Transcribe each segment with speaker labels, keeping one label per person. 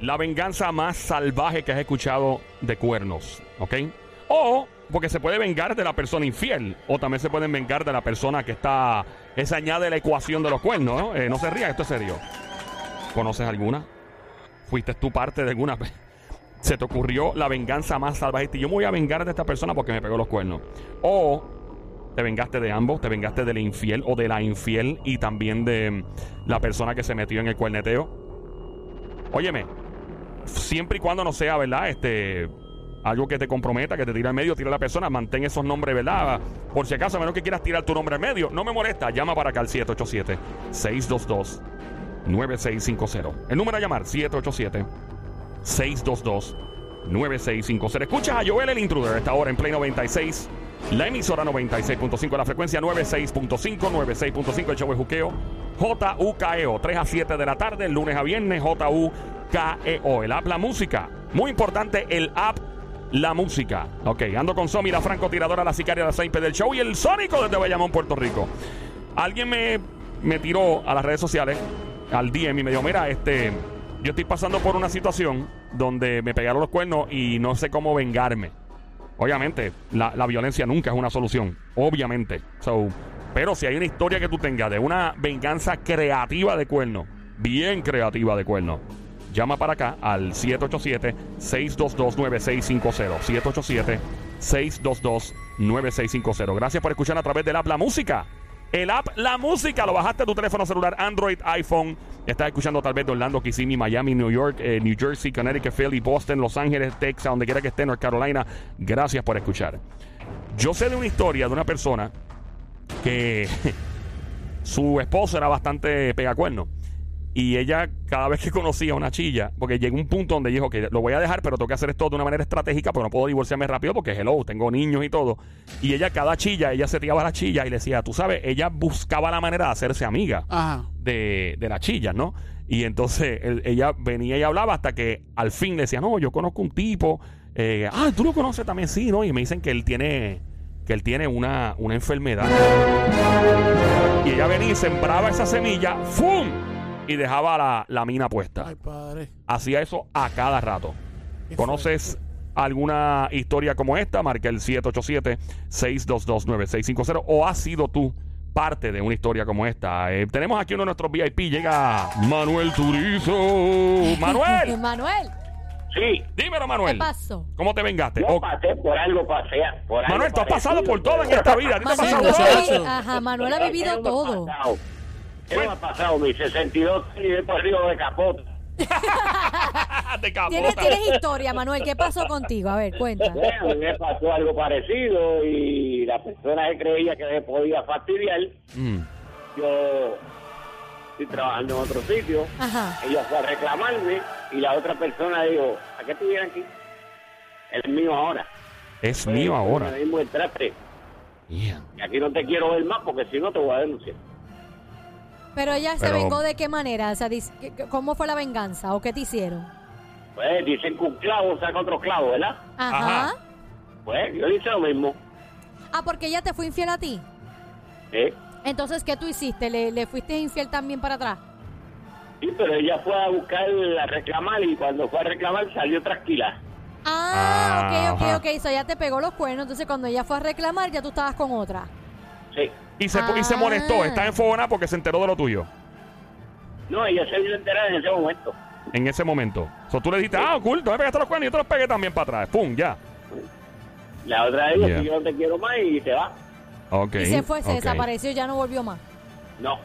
Speaker 1: La venganza más salvaje que has escuchado de cuernos, ¿ok? O porque se puede vengar de la persona infiel, o también se pueden vengar de la persona que está... Esa añade la ecuación de los cuernos, ¿no? Eh, no se ría, esto es serio. ¿Conoces alguna? ¿Fuiste tú parte de alguna vez? se te ocurrió la venganza más salvaje. Y yo me voy a vengar de esta persona porque me pegó los cuernos. O te vengaste de ambos, te vengaste del infiel o de la infiel y también de mm, la persona que se metió en el cuerneteo. Óyeme, siempre y cuando no sea, ¿verdad? Este. Algo que te comprometa, que te tire al medio, tira a la persona, mantén esos nombres, ¿verdad? Por si acaso, a menos que quieras tirar tu nombre al medio, no me molesta, llama para acá al 787-622-9650. El número a llamar, 787 622-9650. Escuchas a Joel el Intruder esta hora en Play 96. La emisora 96.5, la frecuencia 96.5, 96.5, el show de juqueo. JUKEO, 3 E a 7 de la tarde, lunes a viernes, JUKEO. E El app La Música. Muy importante, el app La Música. Ok, ando con Somi, la francotiradora, la sicaria, la 6P del show y el Sónico desde Bayamón, Puerto Rico. Alguien me, me tiró a las redes sociales, al DM, y me dijo, mira, este... Yo estoy pasando por una situación donde me pegaron los cuernos y no sé cómo vengarme. Obviamente, la, la violencia nunca es una solución. Obviamente. So, pero si hay una historia que tú tengas de una venganza creativa de cuerno, bien creativa de cuerno, llama para acá al 787-622-9650. 787-622-9650. Gracias por escuchar a través del app La Música. El app La Música lo bajaste a tu teléfono celular, Android, iPhone. Estás escuchando tal vez de Orlando, Kissimmee, Miami, New York, eh, New Jersey, Connecticut, Philly, Boston, Los Ángeles, Texas, donde quiera que esté, North Carolina. Gracias por escuchar. Yo sé de una historia de una persona que su esposo era bastante pegacuerno. Y ella, cada vez que conocía una chilla, porque llegó un punto donde dijo que lo voy a dejar, pero tengo que hacer esto de una manera estratégica, porque no puedo divorciarme rápido, porque hello, tengo niños y todo. Y ella, cada chilla, ella se tiraba la chilla y le decía, tú sabes, ella buscaba la manera de hacerse amiga
Speaker 2: Ajá.
Speaker 1: de, de las chillas, ¿no? Y entonces él- ella venía y hablaba hasta que al fin le decía, no, yo conozco un tipo. eh, ah, tú lo conoces también, sí, ¿no? Y me dicen que él tiene, que él tiene una, una enfermedad. Y ella venía y sembraba esa semilla, ¡fum! Y dejaba la, la mina puesta.
Speaker 2: Ay, padre.
Speaker 1: Hacía eso a cada rato.
Speaker 2: Qué
Speaker 1: ¿Conoces alguna historia como esta? Marca el 787-622-9650. ¿O has sido tú parte de una historia como esta? Eh, tenemos aquí uno de nuestros VIP. Llega Manuel Turizo. Manuel,
Speaker 3: Manuel,
Speaker 4: Sí,
Speaker 1: dímelo,
Speaker 3: ¿qué
Speaker 1: Manuel.
Speaker 3: pasó?
Speaker 1: ¿Cómo te vengaste?
Speaker 4: yo
Speaker 1: O-
Speaker 4: pasé por algo pasea, por algo
Speaker 1: Manuel, tú has pasado
Speaker 4: parecido,
Speaker 1: por todo en
Speaker 4: pero-
Speaker 1: esta vida. ¿A ti te ha
Speaker 3: Manuel,
Speaker 1: pasado
Speaker 2: Pasamos,
Speaker 1: todo?
Speaker 3: Manuel,
Speaker 2: muchacho.
Speaker 3: ajá, Manuel ha
Speaker 4: Yo
Speaker 3: vivido
Speaker 4: no he
Speaker 3: todo.
Speaker 4: pasado. Yo no me ha pasado mis 62 años y he corrido de capota.
Speaker 1: Ah, te capota.
Speaker 3: Tienes, tienes historia, Manuel, ¿qué pasó contigo? A ver, cuenta.
Speaker 4: Bueno, a mí me pasó algo parecido y la persona que creía que me podía fastidiar,
Speaker 1: Mm.
Speaker 4: yo estoy trabajando en otro sitio.
Speaker 3: Ajá.
Speaker 4: Ella fue a reclamarme y la otra persona dijo, ¿a qué te vienen aquí? El mío ahora.
Speaker 1: Es mío ahora.
Speaker 4: Me mismo entraste.
Speaker 1: Yeah.
Speaker 4: Y aquí no te quiero ver más porque si no te voy a denunciar.
Speaker 3: Pero ella se
Speaker 1: Pero-
Speaker 3: vengó de qué manera? O sea, dice- ¿qué- qué- ¿cómo fue la venganza o qué te hicieron?
Speaker 4: Pues dicen que un clavo saca otro clavo, ¿verdad?
Speaker 3: Ajá.
Speaker 1: Ajá.
Speaker 4: Pues yo hice lo mismo.
Speaker 3: Ah, porque ella te fue infiel a ti.
Speaker 4: ¿eh?
Speaker 3: Entonces, ¿qué tú hiciste? ¿Le, le fuiste infiel también para atrás?
Speaker 4: Sí, pero ella fue a buscar, a reclamar y cuando fue a reclamar salió tranquila.
Speaker 3: Ah,
Speaker 1: Ah,
Speaker 3: ok, ok,
Speaker 1: ajá.
Speaker 3: ok. O sea, ya te pegó los cuernos. Entonces, cuando ella fue a reclamar, ya tú estabas con otra.
Speaker 4: Sí.
Speaker 1: Y se, y se
Speaker 3: Ah.
Speaker 1: molestó. Está enfogona porque se enteró de lo tuyo.
Speaker 4: No, ella se vio enterar en ese momento.
Speaker 1: en ese momento. O sea, tú le dijiste, ah, cool, tú me pegaste los cuernos y yo te los pegué también para atrás. ¡Pum! Ya.
Speaker 4: La otra vez dijo,
Speaker 1: Yeah.
Speaker 4: "Si yo no te quiero más y te va.
Speaker 1: Ok.
Speaker 3: y se fue, se
Speaker 1: ok.
Speaker 3: desapareció y ya no volvió más.
Speaker 4: No.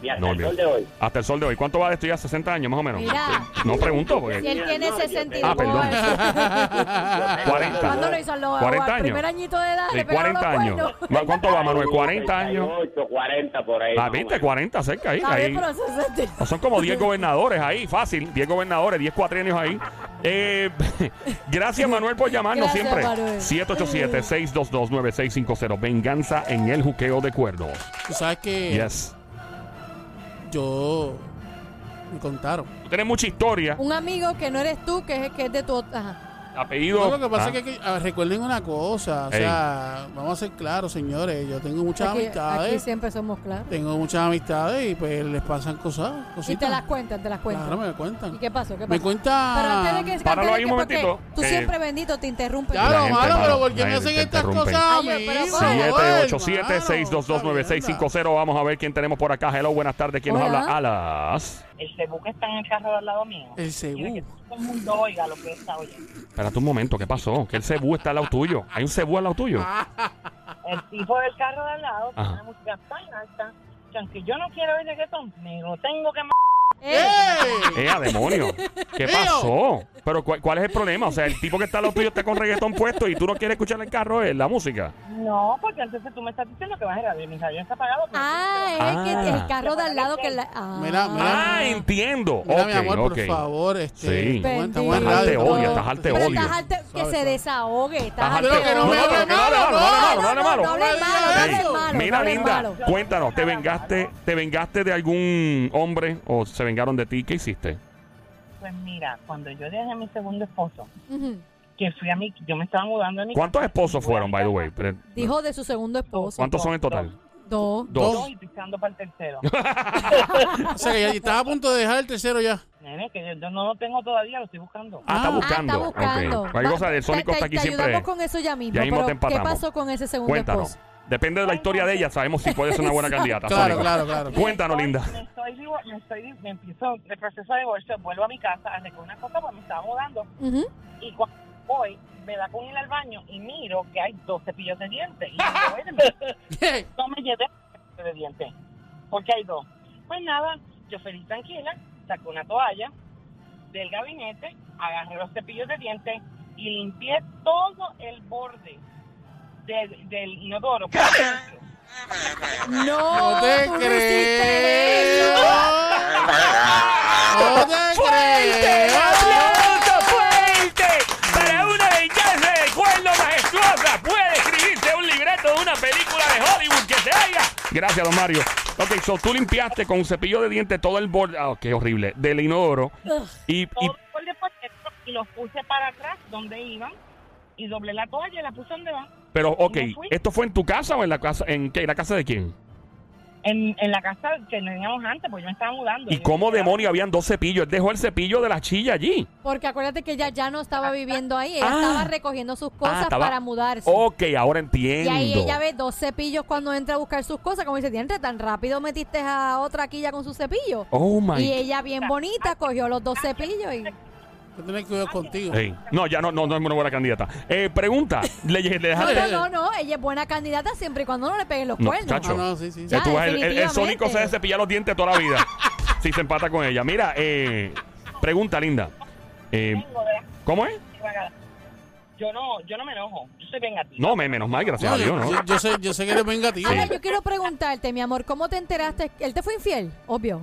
Speaker 4: Y hasta
Speaker 1: No,
Speaker 4: el
Speaker 1: olvídate.
Speaker 4: sol de hoy.
Speaker 1: Hasta el sol de hoy. ¿Cuánto va de esto ya? ¿60 años más o menos?
Speaker 3: Mira.
Speaker 1: No pregunto
Speaker 3: Si
Speaker 1: porque...
Speaker 3: él tiene
Speaker 4: No, yo
Speaker 3: 62.
Speaker 1: Ah, perdón.
Speaker 3: ¿Cuándo
Speaker 1: 40.
Speaker 3: lo hizo? ¿Al, al
Speaker 1: 40 años.
Speaker 3: primer añito de edad?
Speaker 1: Sí,
Speaker 3: le pegaron
Speaker 1: 40
Speaker 3: los
Speaker 1: años.
Speaker 3: cuernos.
Speaker 1: Ma- ¿Cuánto va, Manuel? 40 años.
Speaker 4: 38, 40 por ahí.
Speaker 1: Ah,
Speaker 4: más o
Speaker 1: viste,
Speaker 4: menos.
Speaker 1: 40 cerca ahí.
Speaker 3: Está bien,
Speaker 1: ahí.
Speaker 3: pero 60.
Speaker 1: O Son como 10 gobernadores ahí, fácil. 10 gobernadores, 10 cuatrienios ahí. Eh, gracias, Manuel, por llamarnos
Speaker 3: Gracias, Manuel.
Speaker 1: siempre. 787-622-9650. Venganza en el juqueo de cuernos.
Speaker 2: Tú sabes que
Speaker 1: Yes.
Speaker 2: yo me contaron.
Speaker 1: Tú tienes mucha historia.
Speaker 3: Un amigo que no eres tú, que es, que es de tu... ot- Ajá.
Speaker 1: Apellido.
Speaker 2: No, lo que pasa
Speaker 1: Ah.
Speaker 2: es que, ah, recuerden una cosa, o
Speaker 1: Ey.
Speaker 2: sea, vamos a ser claros, señores, yo tengo muchas
Speaker 3: Aquí,
Speaker 2: amistades,
Speaker 3: aquí siempre somos claros.
Speaker 2: tengo muchas amistades y pues les pasan cosas, cositas.
Speaker 3: Y te las cuentan, te las cuentan.
Speaker 2: Claro, me las cuentan.
Speaker 3: ¿Y qué pasó? ¿Qué pasó?
Speaker 2: Me cuenta...
Speaker 3: Pero antes de que...
Speaker 1: Páralo
Speaker 3: antes de
Speaker 1: ahí un
Speaker 3: que- porque
Speaker 1: momentito,
Speaker 3: Tú
Speaker 1: que-
Speaker 3: siempre bendito te interrumpes.
Speaker 1: La
Speaker 2: Claro,
Speaker 1: gente,
Speaker 2: mano,
Speaker 1: mano,
Speaker 2: pero ¿por qué me
Speaker 1: la
Speaker 2: hacen
Speaker 1: gente
Speaker 2: estas
Speaker 1: interrumpe.
Speaker 2: cosas a mí?
Speaker 3: Ay, pero ¿cómo?
Speaker 2: Joder,
Speaker 1: 787-622-9650. Vamos a ver quién tenemos por acá. Hello, buenas tardes. ¿Quién nos
Speaker 3: Hola.
Speaker 1: habla? Alas.
Speaker 5: El cebú que está en el carro de al lado mío.
Speaker 2: El cebú.
Speaker 5: Quiero que todo el mundo oiga lo que está oyendo.
Speaker 1: Espérate un momento, ¿qué pasó? Que el cebú está al lado tuyo. ¿Hay un cebú al lado tuyo?
Speaker 5: El tipo del carro de al lado
Speaker 1: Ajá.
Speaker 5: tiene una música tan alta que aunque yo no quiero oír reggaetón, me lo tengo que... m-
Speaker 3: Eh,
Speaker 2: ¡Ey!
Speaker 1: ¡Ea, demonio! ¿Qué
Speaker 2: Mío.
Speaker 1: pasó? Pero cuál, cuál es el problema? O sea, el tipo que está al lado tuyo está con reggaetón puesto y tú no quieres escuchar el carro, eh, la música.
Speaker 5: No, porque entonces tú me estás diciendo que vas a radio. Mi radio está apagado. pero-
Speaker 3: Ah, es el, que,
Speaker 1: Ah.
Speaker 3: el carro de al lado que... La, ah.
Speaker 2: Mira, mira.
Speaker 1: Ah, entiendo.
Speaker 2: Mira, mi
Speaker 1: Ok,
Speaker 2: amor,
Speaker 1: ok.
Speaker 2: por favor, este...
Speaker 1: Sí.
Speaker 2: aguanta,
Speaker 3: Bendito.
Speaker 2: aguanta,
Speaker 1: Tajarte
Speaker 2: aguanta.
Speaker 1: odio, tajarte
Speaker 3: Pero
Speaker 1: odio.
Speaker 3: estás al- que
Speaker 2: Suave,
Speaker 3: se
Speaker 2: suave.
Speaker 3: desahogue. Estás
Speaker 1: Estás
Speaker 3: al
Speaker 1: al
Speaker 2: Pero que no me
Speaker 1: peor.
Speaker 2: hable
Speaker 1: no,
Speaker 2: malo,
Speaker 1: no, no, no, no, no,
Speaker 3: Ah, no,
Speaker 1: no, no, no,
Speaker 3: no hable
Speaker 2: no,
Speaker 3: malo, no
Speaker 2: no,
Speaker 1: Ey,
Speaker 3: hable
Speaker 2: no,
Speaker 3: malo.
Speaker 1: Mira,
Speaker 3: no hable
Speaker 1: linda,
Speaker 3: malo.
Speaker 1: cuéntanos, ¿te vengaste, ¿te vengaste de algún hombre o se vengaron de ti? ¿Qué hiciste?
Speaker 5: Pues mira, cuando yo dejé a mi segundo esposo,
Speaker 3: Ujú.
Speaker 5: que fui a mi... Yo me estaba mudando a mi...
Speaker 1: ¿Cuántos esposos fueron, by the way? Pero-
Speaker 3: Dijo de su segundo esposo.
Speaker 1: ¿Cuántos son en total?
Speaker 3: Dos.
Speaker 1: Dos.
Speaker 5: Dos y pisando para el tercero.
Speaker 2: O sea, que ya estaba a punto de dejar el tercero ya.
Speaker 5: Nene, que yo, yo no lo tengo todavía, lo estoy buscando.
Speaker 1: Ah, está
Speaker 2: Ah,
Speaker 1: buscando.
Speaker 3: Ah, está buscando.
Speaker 1: Ok. Cualquier
Speaker 3: Va-
Speaker 1: cosa, el Sónico
Speaker 3: te-
Speaker 1: está
Speaker 3: te-
Speaker 1: aquí
Speaker 3: te
Speaker 1: siempre.
Speaker 3: ayudamos con eso ya mismo.
Speaker 1: Ya mismo
Speaker 3: pero
Speaker 1: te
Speaker 3: ¿Qué
Speaker 1: empatamos.
Speaker 3: pasó con ese segundo
Speaker 1: Cuéntanos.
Speaker 3: esposo?
Speaker 1: Depende de la historia de ella, sabemos si puede ser una buena candidata.
Speaker 2: Claro,
Speaker 1: Sónico.
Speaker 2: claro, claro.
Speaker 1: Cuéntanos, linda.
Speaker 5: Me estoy, divo- me estoy, di- me empiezo el proceso de divorcio, vuelvo a mi casa, a recoger una cosa, pues me estaba mudando.
Speaker 3: Ujú.
Speaker 5: Y cuando voy, me da con ir al baño y miro que hay dos cepillos de dientes. Y digo, "Wait a minute,
Speaker 2: ¿Qué?
Speaker 5: no me llevé el cepillo de dientes. Porque hay dos. Pues nada, yo feliz tranquila, saqué una toalla del gabinete, agarré los cepillos de dientes y limpié todo el borde del, del inodoro.
Speaker 3: No,
Speaker 2: No te
Speaker 3: Oh, tú no hiciste
Speaker 2: creo.
Speaker 3: eso.
Speaker 2: No te creo.
Speaker 1: ¡Aplauso fuerte! Para una venganza de cuerno majestuosa puede escribirse un libreto de una película de Hollywood que se haga. Gracias, don Mario. Ok, so tú limpiaste con un cepillo de dientes todo el borde. Ah, qué horrible. Del inodoro. Y, y-
Speaker 5: todo por dentro y los puse para atrás donde iban y doblé la toalla y la puse donde va.
Speaker 1: pero, ok,
Speaker 5: ¿No fui?
Speaker 1: ¿esto fue en tu casa o en la casa? ¿En qué? ¿La casa de quién?
Speaker 5: En, en la casa que teníamos antes, porque yo me estaba mudando.
Speaker 1: ¿Y
Speaker 5: Yo "Ah,
Speaker 1: cómo
Speaker 5: me quedaba-
Speaker 1: demonios habían dos cepillos? Él dejó el cepillo de la chilla allí.
Speaker 3: Porque acuérdate que ella ya no estaba viviendo ahí. Ella
Speaker 1: Ah.
Speaker 3: estaba recogiendo sus
Speaker 1: Ah,
Speaker 3: cosas
Speaker 1: estaba-
Speaker 3: para mudarse.
Speaker 1: Ok, ahora entiendo.
Speaker 3: Y ahí ella ve dos cepillos cuando entra a buscar sus cosas. Como dice, diantre, tan rápido metiste a otra aquí ya con su cepillo.
Speaker 1: Oh
Speaker 3: y
Speaker 1: my.
Speaker 3: ella, bien bonita, cogió los dos cepillos y.
Speaker 2: Yo tenía que cuidado contigo.
Speaker 1: Ey, No, ya no, no, no es una buena candidata. Eh, pregunta, ¿le, le
Speaker 3: No,
Speaker 1: dejaste?
Speaker 3: no, no, no, Ella es buena candidata siempre y cuando no le peguen los
Speaker 1: No,
Speaker 3: cuernos.
Speaker 1: chacho.
Speaker 2: Ah, no, sí, sí. sí.
Speaker 3: Ya,
Speaker 1: Eh, tú vas- el, el- el
Speaker 3: definitivamente.
Speaker 1: Sónico se cepilla los dientes toda la vida si se empata con ella. Mira, eh, pregunta, linda. Eh,
Speaker 5: Vengo de la-
Speaker 1: ¿Cómo es?
Speaker 5: Yo no, yo no me enojo, yo soy vengativa.
Speaker 1: No, me, menos mal, gracias
Speaker 2: No,
Speaker 1: a Dios,
Speaker 2: yo,
Speaker 1: ¿no?
Speaker 2: yo- yo sé, yo sé que eres vengativo.
Speaker 3: Ahora yo quiero preguntarte, mi amor, ¿cómo te enteraste? Él te fue infiel, obvio.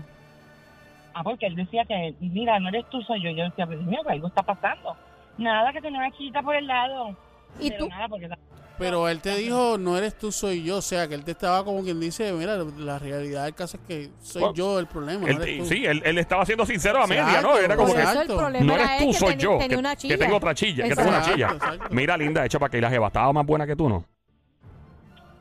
Speaker 5: Ah, porque él decía que, mira, no eres tú, soy yo. Yo decía, pero mío, algo está pasando. Nada, que tenía una chiquita por el lado.
Speaker 3: Y
Speaker 5: Pero
Speaker 3: tú-
Speaker 5: nada, porque la-
Speaker 2: Pero él te dijo, no eres tú, soy yo. O sea, que él te estaba como quien dice, mira, la realidad del caso es que soy
Speaker 1: Bueno,
Speaker 2: yo el problema, no eres
Speaker 1: Él-
Speaker 2: tú.
Speaker 1: sí, él, él estaba siendo sincero a media,
Speaker 2: Exacto,
Speaker 1: ¿no? Era como
Speaker 3: Por
Speaker 1: que
Speaker 2: exacto.
Speaker 3: eso el problema
Speaker 1: no
Speaker 3: era
Speaker 1: eres tú,
Speaker 3: él que
Speaker 1: soy
Speaker 3: teni-
Speaker 1: yo.
Speaker 3: tenía
Speaker 1: que,
Speaker 3: una
Speaker 1: que
Speaker 3: chilla.
Speaker 1: tengo otra chilla, que tengo una
Speaker 3: Exacto,
Speaker 1: chilla.
Speaker 2: exacto.
Speaker 1: Mira, linda, hecha para que la jeva estaba más buena que tú, ¿no?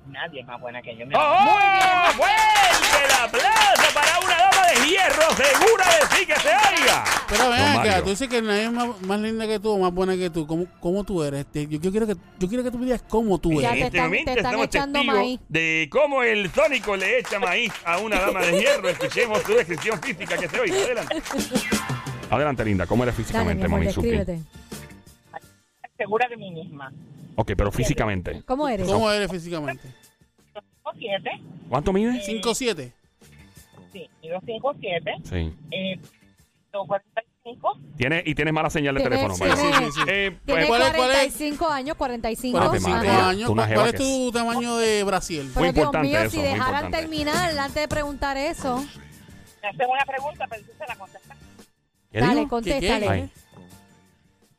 Speaker 5: nadie es más buena que yo. mi amor.
Speaker 1: ¡Oh! ¡Fuerte el aplauso para una dama de hierro segura de sí que se oiga!
Speaker 2: Pero ven
Speaker 1: Don
Speaker 2: acá,
Speaker 1: Mario.
Speaker 2: tú dices que nadie es más, más linda que tú o más buena que tú. ¿Cómo, cómo tú eres? Te- Yo, yo quiero que, yo quiero que tú me digas cómo tú
Speaker 3: Ya
Speaker 1: En
Speaker 2: eres.
Speaker 3: te
Speaker 1: este
Speaker 3: están-
Speaker 1: momento
Speaker 3: te están
Speaker 1: estamos
Speaker 3: echando
Speaker 1: testigos
Speaker 3: maíz.
Speaker 1: de cómo el Sónico le echa maíz a una dama de hierro. Escuchemos su descripción física que se oiga. Adelante. Adelante, linda. ¿Cómo eres
Speaker 3: Dale, mi
Speaker 1: físicamente,
Speaker 3: amor,
Speaker 1: Mamizuki?
Speaker 3: descríbete.
Speaker 5: Segura de mí misma.
Speaker 1: Ok, pero físicamente.
Speaker 3: ¿Cómo eres?
Speaker 2: ¿Cómo eres físicamente?
Speaker 5: Cinco, siete,
Speaker 1: ¿Cuánto mides?
Speaker 2: 5'7".
Speaker 5: sí, mido cinco, siete,
Speaker 1: Sí.
Speaker 5: eh, 245,
Speaker 1: ¿Tiene, y tienes mala señal de
Speaker 3: Tiene-
Speaker 1: teléfono,
Speaker 3: tiene-
Speaker 1: Mario.
Speaker 2: Sí, sí, sí.
Speaker 1: Eh, pues,
Speaker 3: Tiene
Speaker 2: ¿Cuál es- cuál es?
Speaker 3: 45 años, 45.
Speaker 1: Ave
Speaker 2: 45
Speaker 1: María, tú
Speaker 2: años.
Speaker 1: una
Speaker 2: ¿Cuál,
Speaker 1: jeva
Speaker 2: cuál es
Speaker 1: que
Speaker 2: tu tamaño de Brasil?
Speaker 1: Muy
Speaker 3: Pero Dios
Speaker 1: importante
Speaker 3: mío,
Speaker 1: eso,
Speaker 3: si
Speaker 1: muy
Speaker 3: dejaran
Speaker 1: importante.
Speaker 3: terminar antes de preguntar eso.
Speaker 5: Me hacen una pregunta, pero entonces la contestan.
Speaker 1: ¿qué
Speaker 3: dale,
Speaker 1: digo?
Speaker 3: contéstale.
Speaker 1: Ay.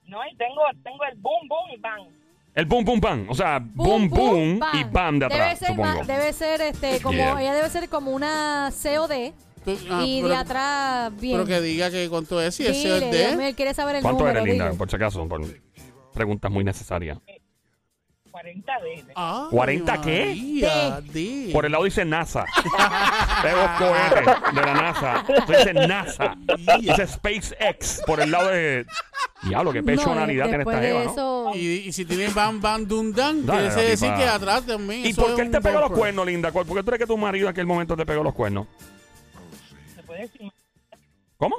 Speaker 5: No, y tengo, tengo el boom, boom y bang.
Speaker 1: El boom, boom, bam. O sea, boom, boom, y bam de
Speaker 3: Debe
Speaker 1: atrás,
Speaker 3: ser,
Speaker 1: supongo.
Speaker 3: ma- debe ser este, como,
Speaker 1: Yeah.
Speaker 3: ella debe ser como una COD
Speaker 2: Tú- ah,
Speaker 3: Pues, y de
Speaker 2: pero-
Speaker 3: atrás bien.
Speaker 2: Pero que diga que cuánto es, si
Speaker 3: Dile,
Speaker 2: ese es
Speaker 3: Dios mío,
Speaker 2: de...
Speaker 3: él quiere saber el
Speaker 1: ¿Cuánto
Speaker 3: número.
Speaker 1: eres, linda?
Speaker 3: dile.
Speaker 1: Por si acaso. por- preguntas muy necesarias.
Speaker 5: 40 veces.
Speaker 1: Ah.
Speaker 2: Ay,
Speaker 1: 40 qué?
Speaker 2: María, di.
Speaker 1: Por el lado dice NASA. Tengo cohetes de la NASA. Esto dice NASA. Dice SpaceX por el lado de. Diablo, qué pechonalidad
Speaker 3: No,
Speaker 1: tiene esta
Speaker 3: después de
Speaker 1: jeva, ¿no?
Speaker 3: eso-
Speaker 2: Y, y si tienen Van Van Dundan,
Speaker 1: Dale,
Speaker 2: quiere
Speaker 1: la
Speaker 2: decir
Speaker 1: tipa.
Speaker 2: que atrás también.
Speaker 1: ¿Y
Speaker 2: eso
Speaker 1: por
Speaker 2: es
Speaker 1: qué él
Speaker 2: un
Speaker 1: te pegó los
Speaker 2: golpe.
Speaker 1: cuernos, linda? ¿Por qué tú crees que tu marido en aquel momento te pegó los cuernos?
Speaker 5: ¿Se puede decir?
Speaker 1: ¿Cómo?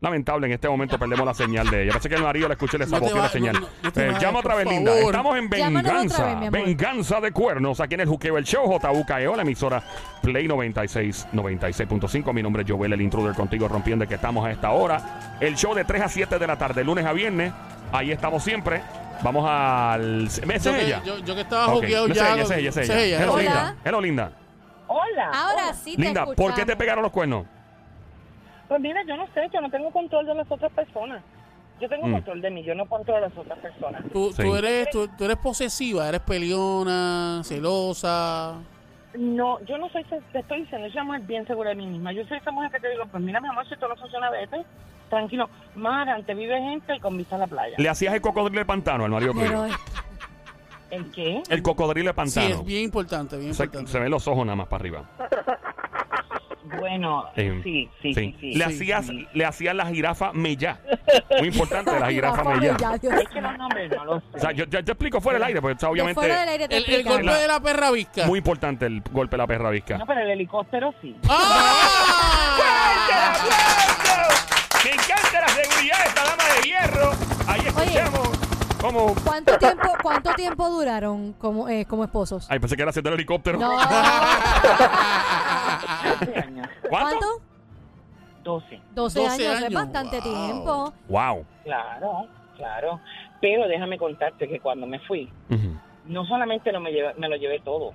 Speaker 1: Lamentable, en este momento perdemos la señal de ella. Parece que el marido le escuché le
Speaker 2: No
Speaker 1: saboteó
Speaker 2: te va-
Speaker 1: la señal.
Speaker 2: no, no te
Speaker 1: Eh,
Speaker 2: vayas,
Speaker 1: llama otra
Speaker 2: por
Speaker 1: vez, linda.
Speaker 2: favor.
Speaker 1: Estamos en
Speaker 3: Llámanos otra
Speaker 1: venganza.
Speaker 3: vez, mi amor.
Speaker 1: venganza de cuernos. Aquí en el Juqueo, el show JUKEO, E, la emisora Play 96, 96.5. Mi nombre es Joel, el intruder contigo rompiendo que estamos a esta hora. El show de 3 a 7 de la tarde, lunes a viernes. Ahí estamos siempre. Vamos al... ¿Esa es
Speaker 2: Yo que,
Speaker 1: ella?
Speaker 2: yo, yo que estaba
Speaker 1: Ok,
Speaker 2: joqueado
Speaker 1: esa es
Speaker 2: ya.
Speaker 1: ella, esa es ella, esa es ella. Hello,
Speaker 3: Hola.
Speaker 1: linda. Hello, linda.
Speaker 5: Hola.
Speaker 3: Ahora
Speaker 5: hola.
Speaker 3: sí te
Speaker 1: Linda, ¿por qué te
Speaker 3: escuchamos.
Speaker 1: pegaron los cuernos?
Speaker 5: Pues mira, yo no sé, yo no tengo control de las otras personas. Yo tengo
Speaker 1: Mm.
Speaker 5: control de mí, yo no controlo a las otras personas.
Speaker 2: Tú,
Speaker 1: Sí.
Speaker 2: tú, eres, tú, tú eres posesiva, eres peleona, celosa.
Speaker 5: No, yo no soy, se- te estoy diciendo, yo soy una mujer bien segura de mí misma. Yo soy esa mujer que te digo, pues mira, mi amor, si esto no funciona, vete. Tranquilo, más adelante vive gente y con vista a la playa.
Speaker 1: ¿Le hacías el cocodrilo de pantano al marido tuyo?
Speaker 3: Pero es-
Speaker 5: ¿El qué?
Speaker 1: El cocodrilo de
Speaker 2: Sí,
Speaker 1: pantano.
Speaker 2: es bien importante, bien
Speaker 1: se,
Speaker 2: importante.
Speaker 1: se ven los ojos nada más para arriba.
Speaker 5: Bueno,
Speaker 1: Eh,
Speaker 5: sí, sí, sí, sí.
Speaker 1: Le,
Speaker 2: Sí,
Speaker 1: hacías,
Speaker 5: sí.
Speaker 1: le hacías la jirafa mellá. Muy importante, la jirafa
Speaker 3: Rafa
Speaker 1: mellá.
Speaker 3: Mellá, Dios.
Speaker 5: Es que los nombres no los sé.
Speaker 1: O sea, yo, yo te explico fuera del aire, porque o sea,
Speaker 3: De fuera del
Speaker 1: obviamente
Speaker 3: aire te
Speaker 2: El, el
Speaker 3: explican.
Speaker 2: golpe de la perra visca.
Speaker 1: muy importante el golpe de la perra
Speaker 5: No,
Speaker 1: visca.
Speaker 5: pero el helicóptero sí.
Speaker 2: ¡Ah!
Speaker 1: ¡Me encanta la seguridad de esta dama de hierro! Ahí
Speaker 3: escuchamos
Speaker 1: como...
Speaker 3: ¿Cuánto tiempo, ¿Cuánto tiempo duraron como, eh, como esposos?
Speaker 1: Ay, pensé que era haciendo el helicóptero.
Speaker 3: No.
Speaker 1: ¿Cuánto?
Speaker 3: ¿Cuánto?
Speaker 5: 12.
Speaker 3: 12,
Speaker 2: 12
Speaker 3: años, es
Speaker 2: años,
Speaker 3: bastante
Speaker 2: wow.
Speaker 3: tiempo.
Speaker 1: ¡Wow!
Speaker 5: Claro, claro. Pero déjame contarte que cuando me fui,
Speaker 1: Ujú.
Speaker 5: no solamente lo me, llevé- me lo llevé todo.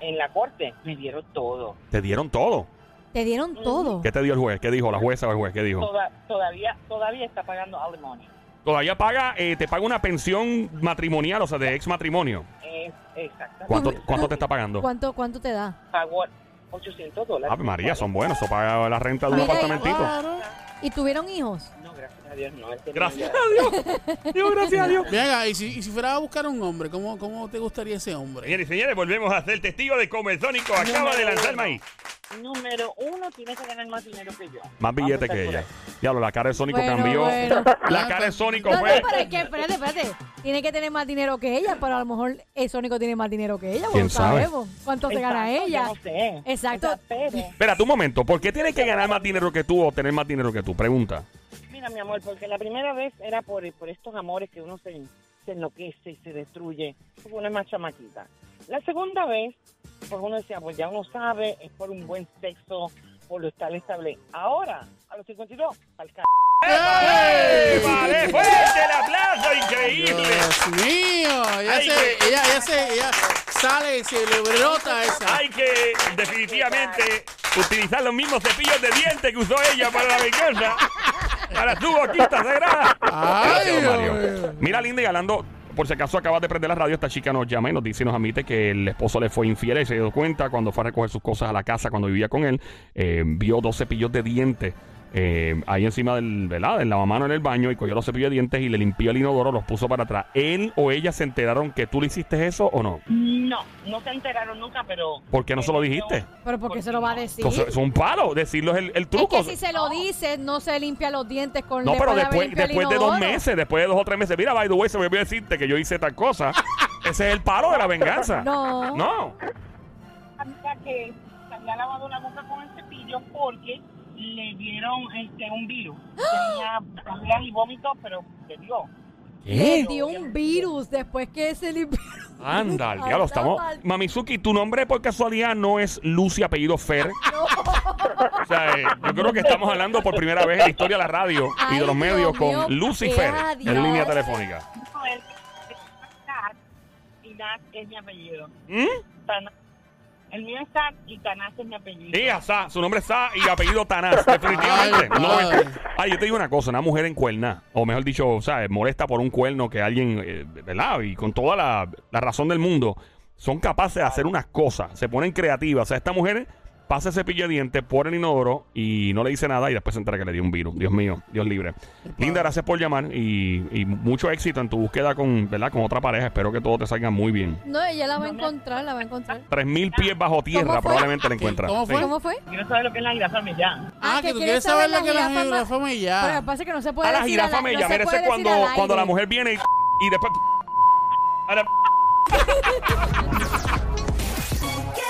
Speaker 5: En la corte me dieron todo.
Speaker 1: Te dieron todo.
Speaker 3: Te dieron todo.
Speaker 1: ¿Qué te dio el juez? ¿Qué dijo la jueza o el juez? ¿Qué dijo?
Speaker 5: Toda- todavía, todavía está pagando alimony.
Speaker 1: Todavía paga, eh, te paga una pensión matrimonial, o sea, de ex matrimonio.
Speaker 5: Es, exactamente.
Speaker 1: ¿Cuánto,
Speaker 3: Tú-
Speaker 1: cuánto
Speaker 3: tú-
Speaker 1: te está pagando?
Speaker 3: ¿Cuánto, ¿Cuánto te da?
Speaker 5: Pagó 800 dólares.
Speaker 1: Ave María, son buenos. Eso paga la renta de un
Speaker 3: Mira, ah.
Speaker 1: apartamentito.
Speaker 2: Claro.
Speaker 3: ¿Y tuvieron hijos?
Speaker 5: No, gracias a Dios, no. él tenía
Speaker 1: Gracias
Speaker 5: ya-
Speaker 1: a Dios. Dios, gracias a Dios.
Speaker 2: Ven acá, y si, y si fuera a buscar un hombre, ¿cómo, cómo te gustaría ese hombre?
Speaker 1: Señores y señores, volvemos a ser testigo de cómo el Sónico acaba de lanzar maíz.
Speaker 5: Número uno, tienes que ganar más dinero que yo.
Speaker 1: Más billete
Speaker 5: Vamos a
Speaker 1: que
Speaker 5: por
Speaker 1: ella.
Speaker 5: ahí.
Speaker 1: Diablo, la cara de Sónico
Speaker 3: Bueno,
Speaker 1: cambió.
Speaker 3: bueno.
Speaker 1: La cara de Sónico
Speaker 3: No, no,
Speaker 1: fue.
Speaker 3: pero es que, espérate, espérate. Tiene que tener más dinero que ella, pero a lo mejor el Sónico tiene más dinero que ella.
Speaker 1: ¿Quién
Speaker 3: bueno,
Speaker 1: sabe?
Speaker 3: sabemos cuánto se gana
Speaker 5: Exacto,
Speaker 3: ella.
Speaker 5: yo no sé.
Speaker 3: Exacto.
Speaker 5: O sea, pero,
Speaker 1: Espérate un momento. ¿Por qué tienes que ganar más dinero que tú o tener más dinero que tú? Pregunta.
Speaker 5: mira, mi amor, porque la primera vez era por, por estos amores que uno se, se enloquece y se destruye. Porque uno es más chamaquita. La segunda vez, pues uno decía, pues ya uno sabe, es por un buen sexo, por lo estar estable. Ahora, a los 52, al c...
Speaker 1: ¡Ey! Vale, ¡Fuerte el aplauso! ¡Increíble!
Speaker 2: Dios mío, ella,
Speaker 1: Ay,
Speaker 2: se,
Speaker 1: qué-
Speaker 2: ella, ella se, ella sale, se le brota esa.
Speaker 1: Hay que definitivamente utilizar los mismos cepillos de dientes que usó ella para la venganza. Para su boquita sagrada.
Speaker 2: Ay,
Speaker 1: Gracias, don Mario.
Speaker 2: Dios mío.
Speaker 1: Mira, Linda y Galando, por si acaso acabas de prender la radio, esta chica nos llama y nos dice y nos admite que el esposo le fue infiel y se dio cuenta cuando fue a recoger sus cosas a la casa cuando vivía con él. eh, vio dos cepillos de dientes. eh, ahí encima del, ¿verdad? del lavamano en el baño y cogió los cepillos de dientes y le limpió el inodoro, los puso para atrás. ¿Él o ella se enteraron que tú le hiciste eso o no?
Speaker 5: No, no se enteraron nunca, pero...
Speaker 1: ¿Por qué no se lo dijiste?
Speaker 3: Pero ¿por qué se lo va a decir?
Speaker 1: Entonces, es un palo, decirlo es el, el
Speaker 3: Es
Speaker 1: truco.
Speaker 3: que si se lo dice, no se limpia los dientes con
Speaker 1: no, pero
Speaker 3: de haber
Speaker 1: después,
Speaker 3: limpiado el
Speaker 1: después de dos
Speaker 3: inodoro.
Speaker 1: meses, después de dos o tres meses, mira, by the way, se me olvidó decirte que yo hice tal cosa. Ese es el palo de la venganza.
Speaker 3: No.
Speaker 1: No.
Speaker 5: hasta que se había lavado la boca con el cepillo porque le dieron este un virus. Tenía diarrea y vómitos, pero le dio.
Speaker 3: Le dio un virus después que se limpió.
Speaker 1: Anda, al
Speaker 3: Anda
Speaker 1: diablo, estamos.
Speaker 3: mal.
Speaker 1: Mamizuki, tu nombre por casualidad no es Lucy, apellido Fer. O sea, eh, yo creo que estamos hablando por primera vez en la historia de la radio y
Speaker 3: Ay,
Speaker 1: de los
Speaker 3: Dios
Speaker 1: medios
Speaker 3: mío,
Speaker 1: con Lucy
Speaker 3: qué
Speaker 1: Fer en
Speaker 3: adiós.
Speaker 1: línea telefónica.
Speaker 5: Joder, es Tanat, y Nat es mi apellido.
Speaker 1: ¿Mm?
Speaker 5: Tanat. El mío es Nat y Tanat es mi apellido.
Speaker 1: Sí, Sa, su nombre es Sa y apellido Tanás, definitivamente.
Speaker 2: Ay,
Speaker 1: No,
Speaker 2: padre.
Speaker 1: eh, ay, yo te digo una cosa, una mujer en cuerna, o mejor dicho, ¿sabes? Molesta por un cuerno que alguien, eh, ¿verdad? Y con toda la, la razón del mundo, son capaces de hacer unas cosas, se ponen creativas. O sea, esta mujer pasa el cepillo de dientes por el inodoro y no le dice nada y después se entera que le dio un virus. Dios mío, Dios libre. Linda, gracias por llamar y, y mucho éxito en tu búsqueda con, ¿verdad? con otra pareja. Espero que todo te salga muy bien.
Speaker 3: No, ella la va a encontrar, la va a encontrar.
Speaker 1: 3.000 pies bajo tierra
Speaker 3: fue?
Speaker 1: probablemente la encuentra.
Speaker 2: ¿Cómo fue?
Speaker 3: ¿Cómo fue?
Speaker 5: Quiero saber lo que es la jirafa ya.
Speaker 2: Ah, que tú quieres saber lo que la
Speaker 3: jirafa ma-
Speaker 2: jirafa me
Speaker 3: Pero lo
Speaker 2: ya.
Speaker 3: que pasa es que no se puede
Speaker 1: A la
Speaker 3: decir
Speaker 1: jirafa
Speaker 3: al- no
Speaker 1: mella,
Speaker 3: se
Speaker 1: merece
Speaker 3: puede decir
Speaker 1: cuando,
Speaker 3: al aire.
Speaker 1: cuando la mujer viene y, y después... Ahora-
Speaker 6: Yeah.